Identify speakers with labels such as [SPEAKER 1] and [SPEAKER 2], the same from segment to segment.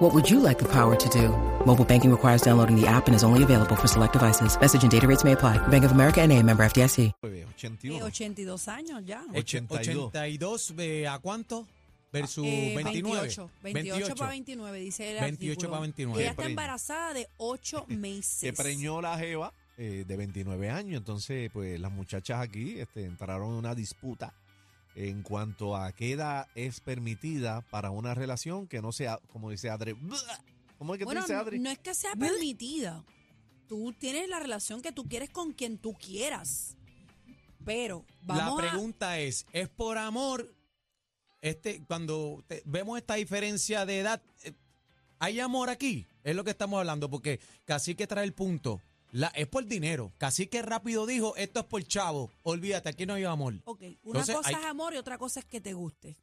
[SPEAKER 1] What would you like the power to do? Mobile banking requires downloading the app and is only available for select devices. Message and data rates may apply. Bank of America and a member FDIC.
[SPEAKER 2] pues, 81.
[SPEAKER 3] 82 años ya.
[SPEAKER 2] Och- 82.
[SPEAKER 4] 82 eh, a cuánto? Versus
[SPEAKER 3] Eh,
[SPEAKER 4] 29.
[SPEAKER 3] 28, 28, para 29, dice el
[SPEAKER 4] 28
[SPEAKER 3] artículo.
[SPEAKER 4] para 29.
[SPEAKER 3] Ella
[SPEAKER 2] Qué
[SPEAKER 3] está
[SPEAKER 2] preño.
[SPEAKER 3] embarazada de 8 meses.
[SPEAKER 2] Se preñó la jeva eh, de 29 años, entonces pues las muchachas aquí este, entraron en una disputa en cuanto a qué edad es permitida para una relación que no sea, como dice Adri, ¿cómo es que tú
[SPEAKER 3] Bueno,
[SPEAKER 2] dices
[SPEAKER 3] no,
[SPEAKER 2] Adri?
[SPEAKER 3] no es que sea permitida. Tú tienes la relación que tú quieres con quien tú quieras. Pero
[SPEAKER 4] La
[SPEAKER 3] vamos a...
[SPEAKER 4] pregunta es, ¿es por amor? Este, cuando te- vemos esta diferencia de edad, eh, ¿hay amor aquí? Es lo que estamos hablando, porque casi que trae el punto. La, es por dinero. Casi que rápido dijo, esto es por chavo. Olvídate, aquí no hay amor.
[SPEAKER 3] Ok, una
[SPEAKER 4] Entonces,
[SPEAKER 3] cosa
[SPEAKER 4] hay-
[SPEAKER 3] es amor y otra cosa es que te guste.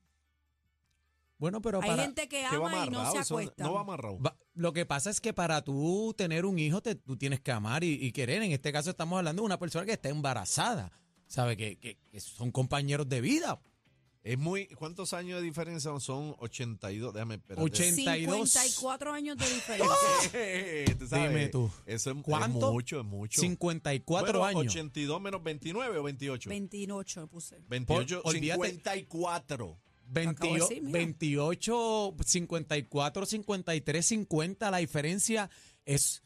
[SPEAKER 4] Bueno, pero
[SPEAKER 3] Hay
[SPEAKER 4] para...
[SPEAKER 3] gente que
[SPEAKER 2] ¿Qué va
[SPEAKER 3] ama y no
[SPEAKER 2] amarrado?
[SPEAKER 3] se
[SPEAKER 2] Eso
[SPEAKER 3] acuesta.
[SPEAKER 2] no va amarrado.
[SPEAKER 4] Va- Lo que pasa es que para tú tener un hijo, te- tú tienes que amar y, y querer. En este caso estamos hablando de una persona que está embarazada, ¿sabe? Que, que- que son compañeros de vida.
[SPEAKER 2] Es muy, ¿cuántos años de diferencia son? 82, déjame esperar.
[SPEAKER 4] Ochen- 82.
[SPEAKER 3] 54 años de diferencia.
[SPEAKER 4] Dime tú.
[SPEAKER 2] Eso es, es
[SPEAKER 4] ¿Cuánto?
[SPEAKER 2] mucho, es mucho.
[SPEAKER 4] 54
[SPEAKER 2] Bueno,
[SPEAKER 4] años.
[SPEAKER 2] 82 menos 29 o 28.
[SPEAKER 3] 28 puse.
[SPEAKER 2] 28,
[SPEAKER 4] Ol- olvídate.
[SPEAKER 2] 54.
[SPEAKER 4] 20
[SPEAKER 3] acabo de decir, mira.
[SPEAKER 4] 28, 54, 53, 50. La diferencia es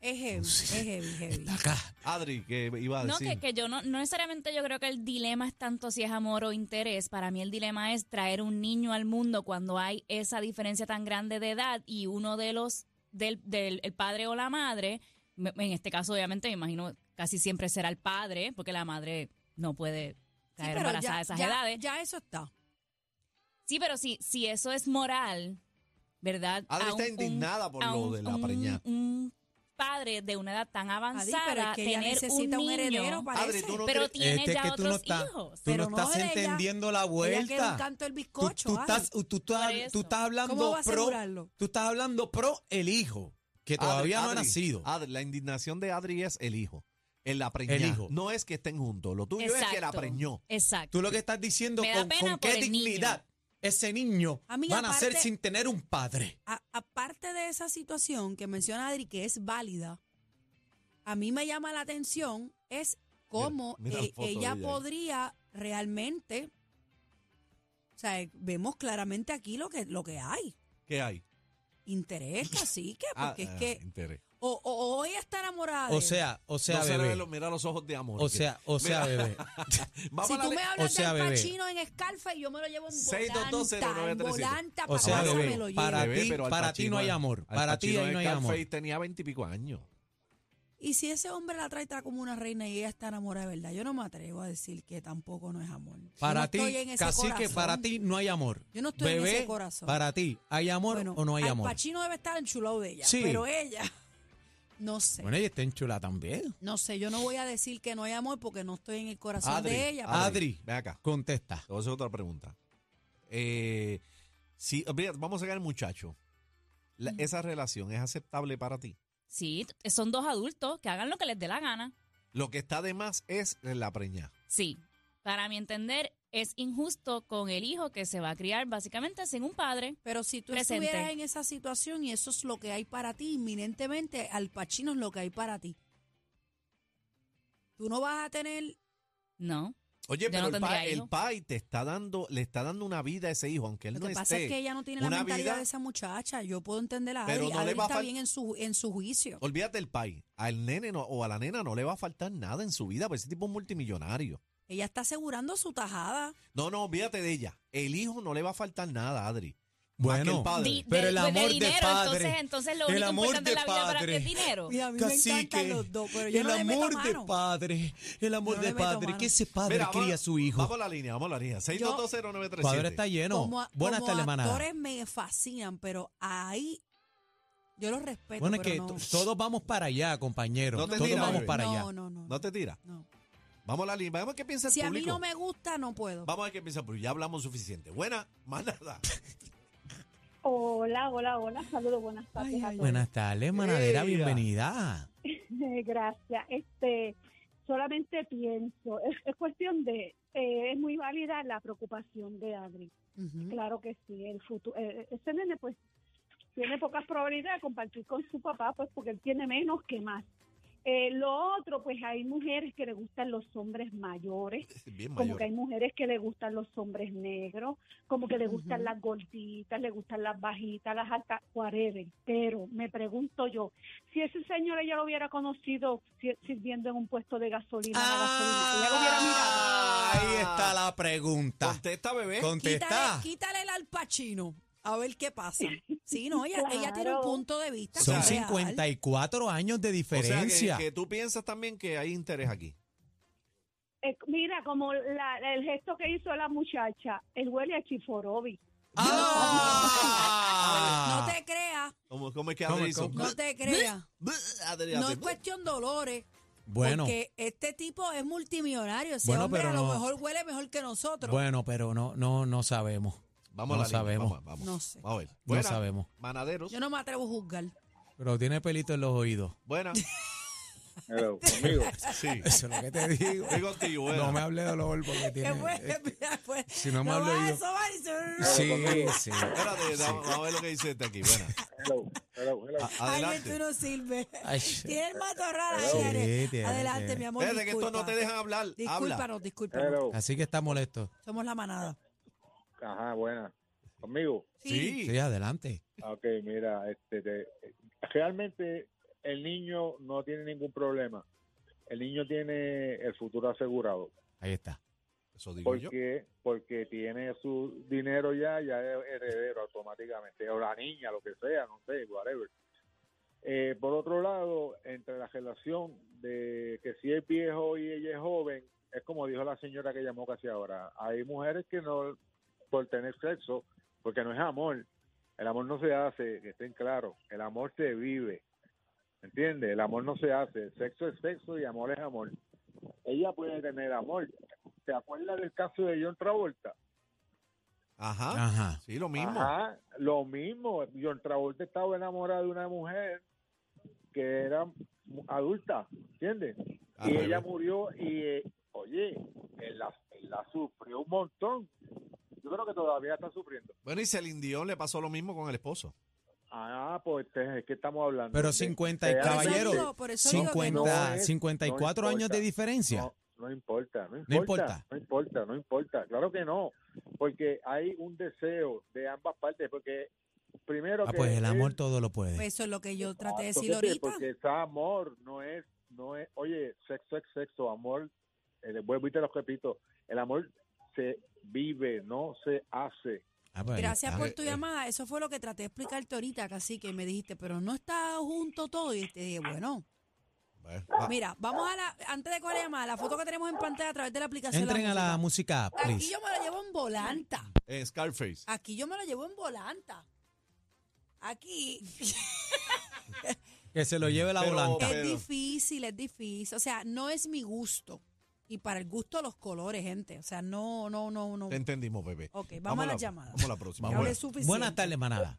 [SPEAKER 3] Es heavy, es heavy, heavy.
[SPEAKER 4] de acá.
[SPEAKER 2] Adri, que iba a
[SPEAKER 5] No,
[SPEAKER 2] decir.
[SPEAKER 5] que, que yo no, no necesariamente yo creo que el dilema es tanto si es amor o interés. Para mí el dilema es traer un niño al mundo cuando hay esa diferencia tan grande de edad y uno de los, del, del- el padre o la madre, me- en este caso obviamente me imagino casi siempre será el padre, porque la madre no puede
[SPEAKER 3] Sí,
[SPEAKER 5] caer
[SPEAKER 3] pero
[SPEAKER 5] embarazada a
[SPEAKER 3] ya,
[SPEAKER 5] esas
[SPEAKER 3] ya-
[SPEAKER 5] edades.
[SPEAKER 3] ya eso está.
[SPEAKER 5] Sí, pero si, si eso es moral, ¿verdad?
[SPEAKER 2] Adri
[SPEAKER 5] A
[SPEAKER 2] está
[SPEAKER 5] un- un-
[SPEAKER 2] indignada por
[SPEAKER 5] a
[SPEAKER 2] lo
[SPEAKER 5] un-
[SPEAKER 2] de la
[SPEAKER 5] un-
[SPEAKER 2] preñada.
[SPEAKER 5] un padre de una edad tan
[SPEAKER 3] Adi,
[SPEAKER 5] avanzada,
[SPEAKER 3] pero es que ella
[SPEAKER 5] tener
[SPEAKER 3] necesita un,
[SPEAKER 5] niño,
[SPEAKER 3] heredero, parece.
[SPEAKER 2] Adri, tú no
[SPEAKER 5] pero
[SPEAKER 2] crees-
[SPEAKER 5] tiene
[SPEAKER 4] Este,
[SPEAKER 5] ya
[SPEAKER 4] que tú no
[SPEAKER 5] otros
[SPEAKER 4] estás-
[SPEAKER 5] hijos.
[SPEAKER 4] Tú
[SPEAKER 3] Pero
[SPEAKER 4] no, estás
[SPEAKER 3] de ella-
[SPEAKER 4] entendiendo la
[SPEAKER 3] Ella queda
[SPEAKER 4] vuelta.
[SPEAKER 3] un canto el
[SPEAKER 4] Tú,
[SPEAKER 3] bizcocho.
[SPEAKER 4] tú
[SPEAKER 3] Adri.
[SPEAKER 4] estás, tú, estás,
[SPEAKER 5] Por eso.
[SPEAKER 4] tú estás
[SPEAKER 3] ¿Cómo
[SPEAKER 4] hablando
[SPEAKER 3] va a
[SPEAKER 4] pro,
[SPEAKER 3] asegurarlo?
[SPEAKER 4] tú estás hablando pro el hijo, que todavía
[SPEAKER 2] Adri,
[SPEAKER 4] no ha
[SPEAKER 2] Adri,
[SPEAKER 4] nacido.
[SPEAKER 2] Adri, la indignación de Adri es el hijo. El la preñada.
[SPEAKER 4] El hijo.
[SPEAKER 2] No es que estén juntos. Lo tuyo es que la
[SPEAKER 5] Exacto,
[SPEAKER 2] preñó.
[SPEAKER 5] Exacto.
[SPEAKER 4] Tú lo que estás diciendo
[SPEAKER 5] Me da
[SPEAKER 4] con,
[SPEAKER 5] pena
[SPEAKER 4] con
[SPEAKER 5] por
[SPEAKER 4] qué
[SPEAKER 5] el niño.
[SPEAKER 4] dignidad ese niño
[SPEAKER 3] Amiga,
[SPEAKER 4] van a ser
[SPEAKER 3] aparte-
[SPEAKER 4] sin tener un padre.
[SPEAKER 3] A- aparte de esa situación que menciona Adri, que es válida, a mí me llama la atención es cómo
[SPEAKER 2] mira la
[SPEAKER 3] eh,
[SPEAKER 2] foto de
[SPEAKER 3] ella
[SPEAKER 2] ella ahí.
[SPEAKER 3] podría realmente, o sea, eh, vemos claramente aquí lo que, lo que hay.
[SPEAKER 2] ¿Qué hay?
[SPEAKER 3] Interés, cacique, porque es que
[SPEAKER 2] Ah, interés.
[SPEAKER 3] o, o, o ella está enamorada. de
[SPEAKER 4] Ah, O
[SPEAKER 3] él.
[SPEAKER 4] sea, o sea,
[SPEAKER 2] No se le
[SPEAKER 4] bebé.
[SPEAKER 2] ve los- mira los ojos de amor.
[SPEAKER 4] o
[SPEAKER 2] que-
[SPEAKER 4] sea, o sea,
[SPEAKER 2] Mira,
[SPEAKER 4] bebé.
[SPEAKER 2] vamos
[SPEAKER 3] si
[SPEAKER 2] a la
[SPEAKER 3] tú me
[SPEAKER 2] le-
[SPEAKER 3] hablas
[SPEAKER 4] o sea,
[SPEAKER 3] del
[SPEAKER 4] bebé.
[SPEAKER 3] pachino en escalfa y yo me lo llevo en
[SPEAKER 2] 6220937.
[SPEAKER 3] volanta, en volanta,
[SPEAKER 4] O sea,
[SPEAKER 3] papá,
[SPEAKER 4] bebé,
[SPEAKER 3] me lo llevo.
[SPEAKER 4] para
[SPEAKER 2] Bebé,
[SPEAKER 4] ti-
[SPEAKER 2] pero Al
[SPEAKER 4] para ti
[SPEAKER 2] Pacino
[SPEAKER 4] no hay
[SPEAKER 2] es-
[SPEAKER 4] amor.
[SPEAKER 2] Al
[SPEAKER 4] para ti
[SPEAKER 2] Pacino
[SPEAKER 4] ahí no
[SPEAKER 2] es
[SPEAKER 4] hay
[SPEAKER 2] Carface,
[SPEAKER 4] amor.
[SPEAKER 2] tenía veintipico años.
[SPEAKER 3] Y si ese hombre la trata como una reina y ella está enamorada de verdad, yo no me atrevo a decir que tampoco no es amor. Yo
[SPEAKER 4] Para
[SPEAKER 3] no
[SPEAKER 4] ti,
[SPEAKER 3] estoy en ese
[SPEAKER 4] casi que
[SPEAKER 3] corazón.
[SPEAKER 4] para ti no hay amor.
[SPEAKER 3] Yo no estoy en
[SPEAKER 4] Bebé,
[SPEAKER 3] ese corazón.
[SPEAKER 4] Para ti, ¿hay amor
[SPEAKER 3] Bueno,
[SPEAKER 4] o no hay
[SPEAKER 3] Al
[SPEAKER 4] amor?
[SPEAKER 3] Pacino debe estar enchulado de ella,
[SPEAKER 4] Sí.
[SPEAKER 3] pero ella, no sé.
[SPEAKER 4] Bueno, ella está en chula también.
[SPEAKER 3] No sé, yo no voy a decir que no hay amor porque no estoy en el corazón
[SPEAKER 2] Adri,
[SPEAKER 3] de ella.
[SPEAKER 4] Adri.
[SPEAKER 2] Ve acá.
[SPEAKER 4] Contesta.
[SPEAKER 2] Te voy a hacer otra pregunta. Eh, si, mira, vamos a sacar el muchacho. La-
[SPEAKER 3] Mm.
[SPEAKER 2] ¿Esa relación es aceptable para ti?
[SPEAKER 5] Sí, t- son dos adultos que hagan lo que les dé la gana.
[SPEAKER 2] Lo que está de más es la preñada.
[SPEAKER 5] Sí. Para mi entender, es injusto con el hijo que se va a criar básicamente sin un padre.
[SPEAKER 3] Pero si tú
[SPEAKER 5] Presente.
[SPEAKER 3] estuvieras en esa situación y eso es lo que hay para ti, inminentemente Al Pacino es lo que hay para ti. Tú no vas a tener
[SPEAKER 5] No.
[SPEAKER 2] Oye,
[SPEAKER 5] Yo
[SPEAKER 2] pero
[SPEAKER 5] no
[SPEAKER 2] el,
[SPEAKER 5] tendría
[SPEAKER 2] pa- el
[SPEAKER 5] hijo.
[SPEAKER 2] pai te está dando, le está dando una vida a ese hijo, aunque él
[SPEAKER 3] Lo
[SPEAKER 2] no
[SPEAKER 3] que pasa
[SPEAKER 2] esté.
[SPEAKER 3] es que ella no tiene la
[SPEAKER 2] Una
[SPEAKER 3] mentalidad
[SPEAKER 2] vida-
[SPEAKER 3] de esa muchacha. Yo puedo entender a
[SPEAKER 2] Pero
[SPEAKER 3] Adri.
[SPEAKER 2] no le
[SPEAKER 3] Adri
[SPEAKER 2] va a
[SPEAKER 3] está
[SPEAKER 2] fal-
[SPEAKER 3] bien en su, en su juicio.
[SPEAKER 2] Olvídate el pai. Al nene no- o a la nena no le va a faltar nada en su vida, pues ese tipo es multimillonario.
[SPEAKER 3] Ella está asegurando su tajada.
[SPEAKER 2] No, no, olvídate de ella. El hijo no le va a faltar nada, Adri. Más que
[SPEAKER 4] Bueno.
[SPEAKER 2] el padre.
[SPEAKER 5] Di-
[SPEAKER 4] Pero el
[SPEAKER 5] pues
[SPEAKER 4] amor de
[SPEAKER 5] dinero,
[SPEAKER 4] padre.
[SPEAKER 5] Entonces, entonces lo
[SPEAKER 4] El
[SPEAKER 5] único
[SPEAKER 4] amor
[SPEAKER 5] importante en
[SPEAKER 4] de
[SPEAKER 5] la vida para ti es
[SPEAKER 4] padre.
[SPEAKER 5] dinero.
[SPEAKER 3] Mira, a mí me encantan
[SPEAKER 4] Cacique,
[SPEAKER 3] los dos, pero yo
[SPEAKER 4] el
[SPEAKER 3] no le meto
[SPEAKER 4] amor de
[SPEAKER 3] mano.
[SPEAKER 4] padre, el amor
[SPEAKER 3] Yo no
[SPEAKER 4] de
[SPEAKER 3] le meto
[SPEAKER 4] padre,
[SPEAKER 3] mano.
[SPEAKER 4] que ese padre
[SPEAKER 2] Mira,
[SPEAKER 4] cría a su
[SPEAKER 2] Vamos
[SPEAKER 4] hijo.
[SPEAKER 2] a la línea, vamos a la línea.
[SPEAKER 4] El padre está
[SPEAKER 2] 6220937.
[SPEAKER 4] lleno.
[SPEAKER 3] como a-
[SPEAKER 4] Buenas
[SPEAKER 3] como
[SPEAKER 4] tardes, maná.
[SPEAKER 3] actores me fascinan, pero ahí Yo los respeto.
[SPEAKER 4] Bueno, es
[SPEAKER 3] pero
[SPEAKER 4] que
[SPEAKER 3] no.
[SPEAKER 4] to- todos vamos para allá, compañero.
[SPEAKER 2] No te
[SPEAKER 4] todos
[SPEAKER 2] tiras,
[SPEAKER 4] vamos
[SPEAKER 2] bebé.
[SPEAKER 4] para
[SPEAKER 3] no,
[SPEAKER 4] allá.
[SPEAKER 3] No, no,
[SPEAKER 2] No te tira.
[SPEAKER 3] no.
[SPEAKER 2] Vamos a la línea. Vamos a ver qué piensa el
[SPEAKER 3] Si a mí
[SPEAKER 2] público.
[SPEAKER 3] no me gusta, no puedo.
[SPEAKER 2] Vamos a ver qué piensa el público. Ya hablamos suficiente. Buena, más nada.
[SPEAKER 6] Hola, hola, hola. Saludos, buenas tardes
[SPEAKER 3] Ay,
[SPEAKER 6] a
[SPEAKER 3] ay,
[SPEAKER 6] todos.
[SPEAKER 4] Buenas tardes, manadera,
[SPEAKER 2] Ella.
[SPEAKER 4] bienvenida.
[SPEAKER 6] Gracias. Este, solamente pienso, es, es cuestión de, eh, es muy válida la preocupación de Adri.
[SPEAKER 3] Ujú.
[SPEAKER 6] Claro que sí, el futuro, ese nene pues tiene pocas probabilidades de compartir con su papá, pues porque él tiene menos que más. Eh, lo otro, pues hay mujeres que le gustan los hombres mayores,
[SPEAKER 2] Bien
[SPEAKER 6] como
[SPEAKER 2] mayor.
[SPEAKER 6] que hay mujeres que le gustan los hombres negros, como que le gustan
[SPEAKER 3] Ujú.
[SPEAKER 6] las gorditas, le gustan las bajitas, las altas, whatever. Pero me pregunto yo, si ese señor ella lo hubiera conocido si- sirviendo en un puesto de gasolina, la gasolina, ella lo hubiera mirado.
[SPEAKER 4] Ah, ahí está la pregunta.
[SPEAKER 2] Contesta, bebé.
[SPEAKER 4] Contesta.
[SPEAKER 3] Quítale, quítale el alpachino. A ver qué pasa. Sí, no, ella, ella tiene un
[SPEAKER 6] Claro.
[SPEAKER 3] punto de vista.
[SPEAKER 4] Son
[SPEAKER 2] Real.
[SPEAKER 4] 54 años de
[SPEAKER 2] O sea, que-
[SPEAKER 4] diferencia.
[SPEAKER 2] que, tú piensas también que hay interés aquí.
[SPEAKER 6] Eh, mira, como la- el gesto que hizo la muchacha, él huele a Chiforobi.
[SPEAKER 4] ¡Ah!
[SPEAKER 3] No te creas,
[SPEAKER 2] ¿Cómo, cómo es que
[SPEAKER 4] ¿Cómo,
[SPEAKER 2] Adri hizo?
[SPEAKER 4] cómo?
[SPEAKER 3] no te creas.
[SPEAKER 2] Adri
[SPEAKER 3] No
[SPEAKER 2] hace-
[SPEAKER 3] es cuestión dolores.
[SPEAKER 4] Bueno,
[SPEAKER 3] Porque este tipo es multimillonario. Ese
[SPEAKER 4] Bueno,
[SPEAKER 3] hombre
[SPEAKER 4] pero
[SPEAKER 3] a lo
[SPEAKER 4] no-
[SPEAKER 3] mejor huele mejor que nosotros.
[SPEAKER 4] bueno, pero no, no, no sabemos.
[SPEAKER 2] Vamos a
[SPEAKER 4] no
[SPEAKER 2] la línea,
[SPEAKER 4] sabemos.
[SPEAKER 2] Vamos, vamos.
[SPEAKER 3] No sé.
[SPEAKER 2] Vamos a ver.
[SPEAKER 4] No
[SPEAKER 2] Buena,
[SPEAKER 4] sabemos.
[SPEAKER 2] Manaderos.
[SPEAKER 3] Yo no me atrevo a juzgar.
[SPEAKER 4] Pero tiene pelito en los oídos.
[SPEAKER 2] Buena.
[SPEAKER 7] Hello, conmigo.
[SPEAKER 2] Sí.
[SPEAKER 4] Eso es lo que te digo.
[SPEAKER 2] Estoy contigo, buena.
[SPEAKER 4] No me hable de olor porque
[SPEAKER 3] Que
[SPEAKER 4] tiene.
[SPEAKER 3] fue- fue-
[SPEAKER 4] si no me hablo
[SPEAKER 3] pues, vas a
[SPEAKER 4] yo.
[SPEAKER 3] asomar y se-
[SPEAKER 4] Sí,
[SPEAKER 7] conmigo.
[SPEAKER 4] sí.
[SPEAKER 2] Espérate, da- vamos a ver lo que dice este aquí. Buena.
[SPEAKER 7] Hello, hello, hello.
[SPEAKER 2] A-
[SPEAKER 3] Ay, tú
[SPEAKER 2] adelante.
[SPEAKER 3] no sirve.
[SPEAKER 4] Ay,
[SPEAKER 3] Tiene el matorral ahí,
[SPEAKER 7] Sí,
[SPEAKER 3] Ariel.
[SPEAKER 4] tiene,
[SPEAKER 3] Adelante,
[SPEAKER 4] tiene.
[SPEAKER 3] mi amor.
[SPEAKER 2] Espérate, que esto no te dejan hablar. Habla.
[SPEAKER 3] Discúlpanos, discúlpanos.
[SPEAKER 7] hello.
[SPEAKER 4] Así que está molesto.
[SPEAKER 3] Somos la manada.
[SPEAKER 7] Ajá, buena. Conmigo.
[SPEAKER 2] Sí.
[SPEAKER 4] Sí, adelante.
[SPEAKER 7] Ah, Ok, mira, este, te- realmente el niño no tiene ningún problema. El niño tiene el futuro asegurado.
[SPEAKER 4] Ahí está.
[SPEAKER 2] Eso digo yo.
[SPEAKER 7] porque Porque tiene su dinero ya, ya es heredero automáticamente, o la niña, lo que sea, no sé, whatever. Eh, por otro lado, entre la relación de que si es viejo y ella es joven, es como dijo la señora que llamó casi ahora, hay mujeres que no, por tener sexo, porque no es amor, el amor no se hace, que estén claros, el amor se vive, ¿entiendes? El amor no se hace, sexo es sexo y amor es amor. Ella puede tener amor, ¿Te acuerdas del caso de John Travolta?
[SPEAKER 2] Ajá.
[SPEAKER 4] Ajá.
[SPEAKER 2] Sí, lo mismo.
[SPEAKER 7] Ajá, lo mismo. John Travolta estaba enamorado de una mujer que era mu- adulta, ¿entiendes?
[SPEAKER 2] Al
[SPEAKER 4] Ah,
[SPEAKER 7] y
[SPEAKER 2] revés.
[SPEAKER 7] ella murió y, eh, oye, él la, él la sufrió un montón. Yo creo que todavía está sufriendo.
[SPEAKER 2] Bueno, y Celine Dion le pasó lo mismo con el esposo.
[SPEAKER 7] Ah, pues es que estamos hablando.
[SPEAKER 4] Pero
[SPEAKER 7] De-
[SPEAKER 4] 50 y
[SPEAKER 7] de-
[SPEAKER 4] caballero,
[SPEAKER 3] digo, por eso digo que
[SPEAKER 4] 50,
[SPEAKER 7] no es-
[SPEAKER 4] 54
[SPEAKER 7] no
[SPEAKER 4] años de
[SPEAKER 7] importa.
[SPEAKER 4] diferencia.
[SPEAKER 7] No, no importa, no
[SPEAKER 4] No importa.
[SPEAKER 7] importa. No importa, no importa. Claro que no. Porque hay un deseo de ambas partes. Porque primero
[SPEAKER 4] ah,
[SPEAKER 7] que
[SPEAKER 4] pues el amor
[SPEAKER 7] él-
[SPEAKER 4] todo lo puede.
[SPEAKER 3] Pues eso es lo que yo traté de
[SPEAKER 7] Exacto,
[SPEAKER 3] decir
[SPEAKER 7] ¿entiendes?
[SPEAKER 3] ahorita.
[SPEAKER 7] Ah, eh, Porque está amor, no es, no es, oye, sexo es sexo, amor, eh, vuelvo y te lo repito, el amor se vive, no se hace.
[SPEAKER 4] Ah, pues ahí
[SPEAKER 3] Gracias
[SPEAKER 4] está.
[SPEAKER 3] por tu llamada. Eso fue lo que traté de explicarte ahorita, casi que me dijiste, pero no está junto todo. Y te dije, bueno,
[SPEAKER 2] Bueno, va.
[SPEAKER 3] mira, vamos a la, antes de cuál llamada, la foto que tenemos en pantalla a través de la aplicación.
[SPEAKER 4] Entren a la
[SPEAKER 3] música.
[SPEAKER 4] música,
[SPEAKER 3] Aquí
[SPEAKER 4] please.
[SPEAKER 3] yo me lo llevo en volanta.
[SPEAKER 2] Eh, Scarface.
[SPEAKER 3] Aquí yo me lo llevo en volanta. Aquí
[SPEAKER 4] Que se lo lleve la
[SPEAKER 2] Pero-
[SPEAKER 4] volanta.
[SPEAKER 3] es
[SPEAKER 2] Pero-
[SPEAKER 3] difícil, es difícil. O sea, no es mi gusto. Y para el gusto los colores, gente. O sea, no, no, no, no.
[SPEAKER 2] Te entendimos, bebé.
[SPEAKER 3] Ok, vamos a la llamada.
[SPEAKER 2] Vamos a la próxima.
[SPEAKER 3] Ya
[SPEAKER 4] Vamos.
[SPEAKER 3] hablé suficiente.
[SPEAKER 4] Buenas tardes, manada.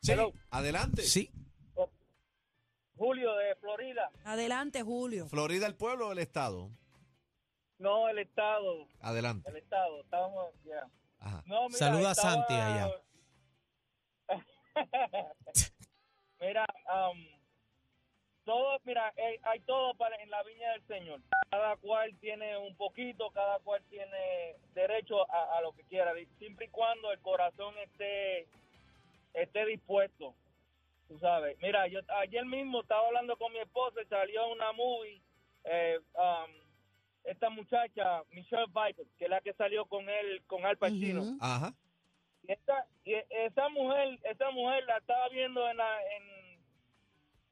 [SPEAKER 2] Sí, adelante.
[SPEAKER 4] Sí.
[SPEAKER 8] Julio de Florida,
[SPEAKER 3] Adelante, Julio.
[SPEAKER 2] Florida, el pueblo o el estado.
[SPEAKER 8] no el estado,
[SPEAKER 2] Adelante.
[SPEAKER 8] el estado, estamos ya.
[SPEAKER 2] Ajá.
[SPEAKER 8] No, mira,
[SPEAKER 4] Saluda a
[SPEAKER 8] estaba-
[SPEAKER 4] Santi allá.
[SPEAKER 8] mira, am, um, todo, mira, hay, hay todo para en la viña del Señor. Cada cual tiene un poquito, cada cual tiene derecho a, a lo que quiera, siempre y cuando el corazón esté esté dispuesto. Tú sabes, mira, yo ayer mismo estaba hablando con mi esposa y salió una movie eh, um, esta muchacha, Michelle Viper, que es la que salió con él, con Al Pacino.
[SPEAKER 3] Ujú.
[SPEAKER 2] Ajá.
[SPEAKER 8] Y esa, y esa mujer, esa mujer la estaba viendo en la, en,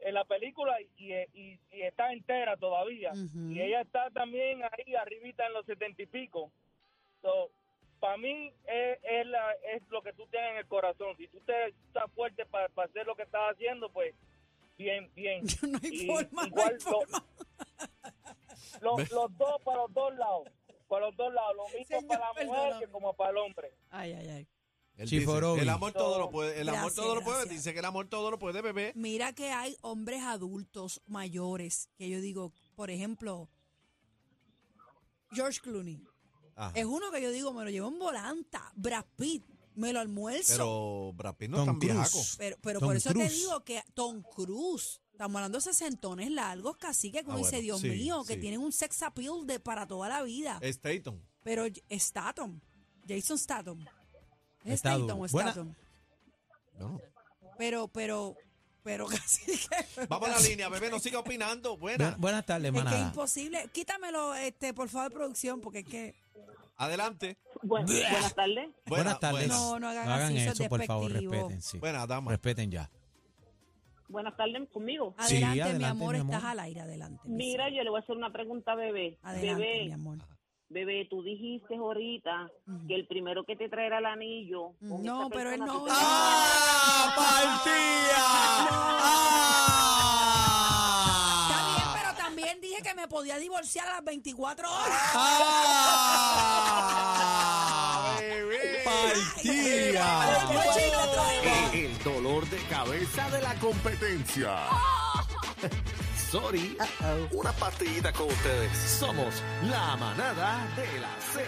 [SPEAKER 8] en la película y, y- y está entera todavía.
[SPEAKER 3] Ujú.
[SPEAKER 8] Y ella está también ahí arribita en los setenta y pico. So, para mí es, es, la, es lo que tú tienes en el corazón. Si tú te, estás fuerte para, para hacer lo que estás haciendo, pues bien, bien.
[SPEAKER 3] No hay
[SPEAKER 8] Y
[SPEAKER 3] forma, no
[SPEAKER 8] igual
[SPEAKER 3] hay
[SPEAKER 8] lo-
[SPEAKER 3] forma.
[SPEAKER 8] Los, los dos, para los dos lados. Para los dos lados. Lo mismo
[SPEAKER 3] Señor,
[SPEAKER 8] para la mujer
[SPEAKER 3] perdóname.
[SPEAKER 8] que como para el hombre.
[SPEAKER 3] Ay, ay, ay.
[SPEAKER 2] Él dice,
[SPEAKER 4] Chiforobi.
[SPEAKER 2] el amor todo lo puede, el amor
[SPEAKER 3] Gracias,
[SPEAKER 2] todo lo puede.
[SPEAKER 3] gracias.
[SPEAKER 2] Dice que el amor todo lo puede, bebé.
[SPEAKER 3] Mira que hay hombres adultos mayores que yo digo, por ejemplo, George Clooney.
[SPEAKER 2] Ajá.
[SPEAKER 3] Es uno que yo digo, me lo llevo en volanta. Brad Pitt, me lo almuerzo.
[SPEAKER 2] Pero Brad Pitt no es
[SPEAKER 4] Tom
[SPEAKER 2] tan viejaco.
[SPEAKER 4] Cruise.
[SPEAKER 3] Pero, pero
[SPEAKER 4] Tom
[SPEAKER 3] por eso
[SPEAKER 4] Cruise.
[SPEAKER 3] te digo que Tom Cruise, estamos hablando de sesentones largos, casi que uno
[SPEAKER 2] Ah,
[SPEAKER 3] dice,
[SPEAKER 2] bueno,
[SPEAKER 3] Dios
[SPEAKER 2] sí,
[SPEAKER 3] mío, que
[SPEAKER 2] sí.
[SPEAKER 3] tienen un sex appeal de para toda la vida.
[SPEAKER 4] Eh.
[SPEAKER 2] Statham.
[SPEAKER 3] Pero Statham, Jason Statham. ¿Es
[SPEAKER 4] Está
[SPEAKER 3] Statham
[SPEAKER 4] duro.
[SPEAKER 3] o
[SPEAKER 4] Buena-
[SPEAKER 3] Statham?
[SPEAKER 2] No.
[SPEAKER 3] Pero, pero, pero casi que...
[SPEAKER 2] Vamos a la línea, bebé, no siga opinando. Buena.
[SPEAKER 4] Bu- buenas tardes,
[SPEAKER 3] Es que es
[SPEAKER 4] manada.
[SPEAKER 3] imposible. Quítamelo, este, por favor, producción, porque es que...
[SPEAKER 2] Adelante.
[SPEAKER 6] Bueno, buenas tardes.
[SPEAKER 2] Buena,
[SPEAKER 4] buenas tardes.
[SPEAKER 2] buena.
[SPEAKER 3] No, no hagan así, eso es
[SPEAKER 4] eso, por favor,
[SPEAKER 3] despectivo.
[SPEAKER 4] respeten. sí.
[SPEAKER 2] Buena, dama.
[SPEAKER 4] Respeten ya.
[SPEAKER 6] Buenas tardes conmigo.
[SPEAKER 4] Sí,
[SPEAKER 3] Adelante, mi,
[SPEAKER 4] adelante,
[SPEAKER 3] amor,
[SPEAKER 4] mi amor.
[SPEAKER 3] estás al aire, adelante. mi
[SPEAKER 6] Mira,
[SPEAKER 3] cielo.
[SPEAKER 6] yo le voy a hacer una pregunta a Bebé.
[SPEAKER 3] adelante,
[SPEAKER 6] bebé,
[SPEAKER 3] mi amor.
[SPEAKER 6] Bebé, tú dijiste ahorita
[SPEAKER 3] Ujú.
[SPEAKER 6] que el primero que te traerá el anillo. con
[SPEAKER 3] No,
[SPEAKER 6] esta
[SPEAKER 3] pero él
[SPEAKER 6] persona,
[SPEAKER 3] no
[SPEAKER 6] tú te-
[SPEAKER 3] va.
[SPEAKER 2] ¡Ah! ¡Partía!
[SPEAKER 3] Está bien,
[SPEAKER 2] ¡Ah!
[SPEAKER 3] pero también dije que me podía divorciar a las 24 horas.
[SPEAKER 2] ¡Ah! ¡Bebé!
[SPEAKER 3] Pero el cochino traidor.
[SPEAKER 9] El dolor de cabeza de la competencia. Sorry. Una partidita con ustedes. Somos la manada de la Z.